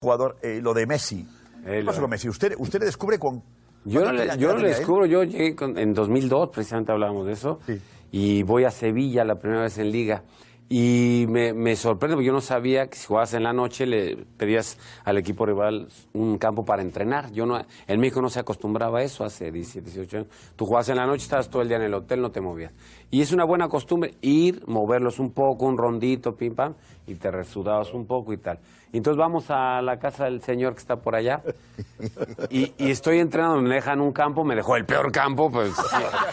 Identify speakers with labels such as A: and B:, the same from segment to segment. A: jugador, eh, lo de Messi. ¿Qué
B: El-
A: pasó con Messi? Usted, usted le descubre con...
B: Eh, Yo no
A: ¿cuándo
B: le,
A: tenía- ya
B: yo no le
A: tenía él?
B: descubro, yo llegué con- en 2002, precisamente hablábamos de eso, y voy a Sevilla la primera vez en Liga. Y me, me sorprende porque yo no sabía que si jugabas en la noche le pedías al equipo rival un campo para entrenar. Yo no, en México no se acostumbraba a eso hace 17, 18 años. Tú jugabas en la noche, estabas todo el día en el hotel, no te movías. Y es una buena costumbre ir, moverlos un poco, un rondito, pim pam, y te resudabas un poco y tal. Y entonces vamos a la casa del señor que está por allá. Y, y estoy entrenando, me dejan un campo, me dejó el peor campo, pues.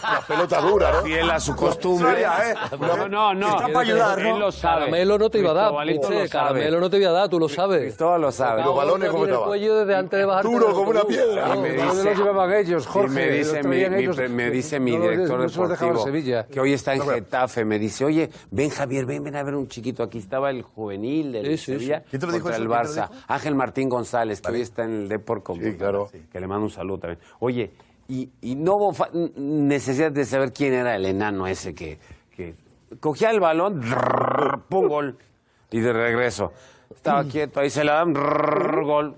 B: La
A: pelota dura, ¿no?
B: Fiel a su costumbre.
C: Seria, ¿eh?
B: No, no, no.
C: Está para ayudar,
B: Él
C: ¿no?
B: lo sabe.
D: Caramelo no te iba a dar,
B: Cristobalito
D: Pulse,
B: lo sabe.
D: Caramelo no te iba a dar, tú lo sabes.
B: Cristóbal lo sabe.
D: Los balones
B: como
D: como estaban. cuello desde antes de bajarte del autobús.
B: Y me
D: No,
B: dice,
D: no los llevaban ellos,
B: y
D: Jorge,
B: me
D: el
B: dice
D: otro
B: mi,
D: día en
B: mi-
D: ellos,
B: me dice mi
D: no los-
B: director
D: no se los dejaban en
B: deportivo,
D: Sevilla.
B: que hoy está en Getafe, me dice, oye, ven Javier, ven, ven a ver un chiquito. Aquí estaba el juvenil del
D: Sí, sí, sí.
B: Sevilla
D: ¿Quién te lo dijo
B: contra
D: eso?
B: el
D: ¿Quién te lo
B: Barça. Ángel Martín González, que hoy está en el Deport Común. Que le mando un saludo también. Oye, y, y no hubo fa- n- necesidad de saber quién era el enano ese que, que cogía el balón, drrrr, pum, gol, y de regreso. Estaba quieto, ahí se la dan, drrrr, gol.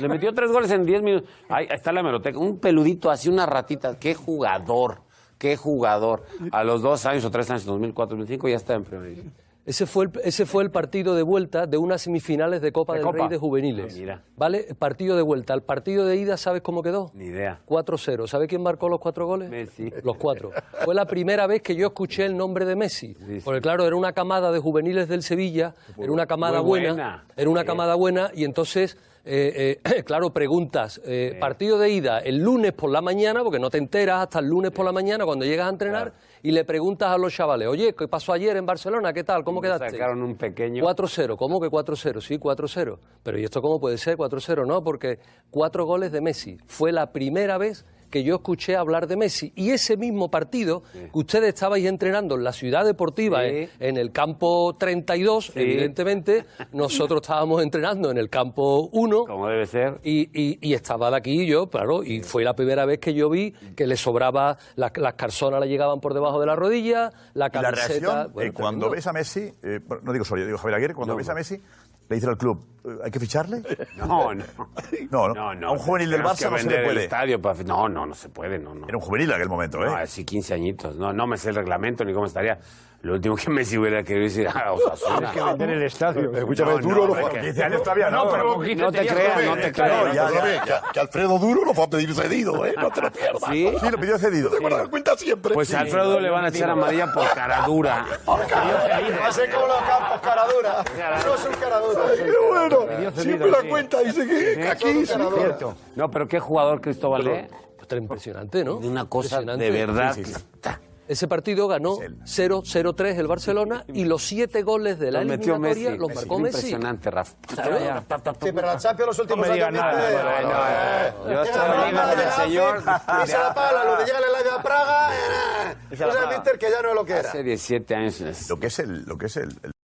B: Le metió tres goles en diez minutos. Ahí está la meroteca. Un peludito así, una ratita. ¡Qué jugador! ¡Qué jugador! A los dos años o tres años, 2004, 2005, ya está en primera división.
D: Ese fue, el, ese fue el partido de vuelta de unas semifinales de Copa
B: ¿De
D: del
B: Copa?
D: Rey de juveniles.
B: Ah, mira.
D: ¿Vale? Partido de vuelta. El partido de ida, ¿sabes cómo quedó?
B: Ni idea.
D: 4-0. ¿Sabe quién marcó los cuatro goles? Messi. Los cuatro. Fue la primera vez que yo escuché el nombre de Messi. Porque claro, era una camada de juveniles del Sevilla, era una camada
B: Muy
D: buena,
B: buena.
D: Era una camada buena y entonces, eh, eh, claro, preguntas. eh, Partido de ida el lunes por la mañana, porque no te enteras hasta el lunes por la mañana cuando llegas a entrenar y le preguntas a los chavales, oye, ¿qué pasó ayer en Barcelona? ¿Qué tal? ¿Cómo
B: Me
D: quedaste?
B: sacaron un pequeño.
D: 4-0, ¿cómo que 4-0? Sí, 4-0. Pero ¿y esto cómo puede ser 4-0? No, porque cuatro goles de Messi. Fue la primera vez que yo escuché hablar de Messi. Y ese mismo partido que ustedes estabais entrenando en la ciudad deportiva, eh,
B: Sí.
D: en, en el campo 32, evidentemente, nosotros estábamos entrenando en el campo 1.
B: Como debe ser.
D: Y, y- y estaba de aquí yo, claro, y fue la primera vez que yo vi que le sobraba, las, las calzonas le llegaban por debajo de la rodilla, la
A: Y la
D: camiseta...
A: reacción, eh,
D: bueno,
A: cuando
D: tremendo.
A: ves a Messi, eh, bueno, no digo Soria, digo Javier Aguirre, cuando
B: No,
A: ves
B: no.
A: a Messi, le dicen al club, eh, ¿hay que ficharle?
B: No, no.
A: No, no.
B: No, no.
A: a un juvenil del
B: Tenías que
A: Barça no se
B: vender
A: le
B: el
A: puede.
B: estadio para- No, no, no se puede, no, no.
A: Era un juvenil en aquel momento, ¿eh?
B: No, así 15 añitos. No, no me sé el reglamento ni cómo estaría. Lo último que Messi hubiera querido decir a Osasuna.
E: que vender el estadio.
C: Escúchame,
B: No,
C: duro
B: no,
C: no,
B: hombre,
C: fue.
B: que-
A: 15 años todavía no.
E: No, pero con 15
B: No te
E: tenías
B: creas,
E: que
B: no
E: ver,
B: te
E: eh,
B: creas.
C: No, ya, ya, Que, que Alfredo Duro lo fue a pedir cedido, ¿eh? No te lo pierdas.
B: ¿Sí?
A: Sí, lo pidió cedido.
C: ¿Te acuerdas de cuenta siempre?
B: Pues a Alfredo le van a echar amarilla por cara dura.
E: Hace como los campos, cara dura. No es un cara dura.
C: Qué bueno. Siempre la cuenta dice que que aquí sí.
B: No, pero qué jugador Cristóbal, ¿eh?
D: Pues, impresionante, ¿no?
B: De una cosa de
D: Impresionante.
B: verdad.
A: Sí, sí, sí.
B: que está-
D: Ese partido ganó 0-0-3 el Barcelona y los siete goles de la
B: Los metió
D: eliminatoria
B: Messi.
D: los marcó Messi.
B: Impresionante, Rafa.
E: Sí, pero la Champions los últimos
B: me diga
E: años...
B: nada.
E: ¿viste?
B: Bueno,
E: Eh,
B: no, no. Yo
E: llega
B: estoy
E: la
B: amigo
E: Palma,
B: del
E: llega
B: señor.
E: África, Pisa la pala, lo que llega a la Lazio a Praga... eh, eh.
B: la
E: Pues el
B: pala.
E: Winter que ya no es lo que era.
B: Hace 17 años.
A: Lo que es el... Lo que es el, el